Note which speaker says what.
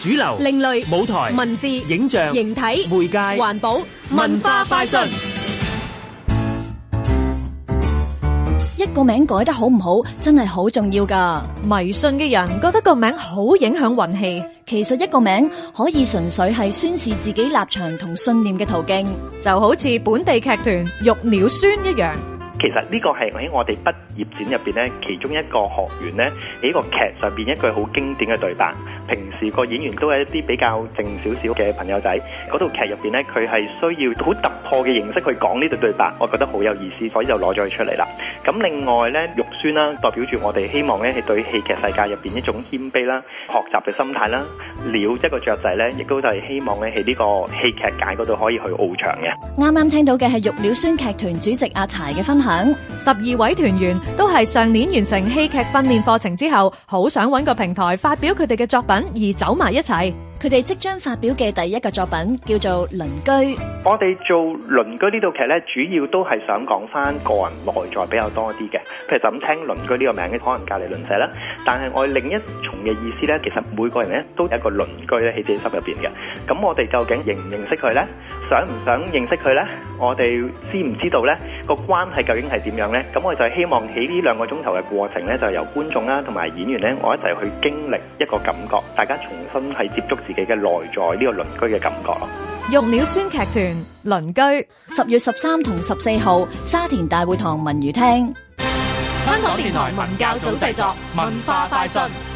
Speaker 1: 主流、
Speaker 2: 另類、
Speaker 1: 舞台、
Speaker 2: 文字、
Speaker 1: 影像、
Speaker 2: 形體、
Speaker 1: 媒介、
Speaker 2: 環保、文化快訊。
Speaker 3: 一個名改得好唔好，真係好重要㗎。
Speaker 4: 迷信嘅人覺得個名好影響運氣，
Speaker 3: 其實一個名可以純粹係宣示自己立場同信念嘅途徑。
Speaker 4: 就好似本地劇團玉鳥孫一樣。
Speaker 5: 其實呢個係喺我哋畢業展入邊咧，其中一個學員咧喺個劇上邊一句好經典嘅對白。平時個演員都係一啲比較靜少少嘅朋友仔，嗰套劇入邊咧，佢係需要好突破嘅形式去講呢段對白，我覺得好有意思，所以就攞咗佢出嚟啦。咁另外咧，玉孫啦，代表住我哋希望咧係對戲劇世界入邊一種謙卑啦、學習嘅心態啦。鳥一個雀仔咧，亦都係希望咧喺呢個戲劇界嗰度可以去翱翔嘅。
Speaker 3: 啱啱聽到嘅係玉鳥宣劇團主席阿柴嘅分享。
Speaker 4: 十二位團員都係上年完成戲劇訓練課程之後，好想揾個平台發表佢哋嘅作品，而走埋一齊。
Speaker 3: 佢哋即將發表嘅第一個作品叫做《鄰居》。
Speaker 5: 我哋做鄰居呢套劇呢，主要都係想講翻個人內在比較多啲嘅，譬如就咁聽鄰居呢個名，可能隔離鄰舍啦。但係我另一重嘅意思呢，其實每個人呢都有一個鄰居呢喺自己心入邊嘅。咁我哋究竟認唔認識佢呢？想唔想認識佢呢？我哋知唔知道呢個關係究竟係點樣呢？咁我就係希望喺呢兩個鐘頭嘅過程呢，就由觀眾啦同埋演員呢，我一齊去經歷一個感覺，大家重新係接觸自己嘅內在呢個鄰居嘅感覺咯。
Speaker 4: 玉鳥孫劇團鄰居，
Speaker 3: 十月十三同十四號，沙田大會堂文娛廳。
Speaker 2: 香港電台文教組製作，文化快訊。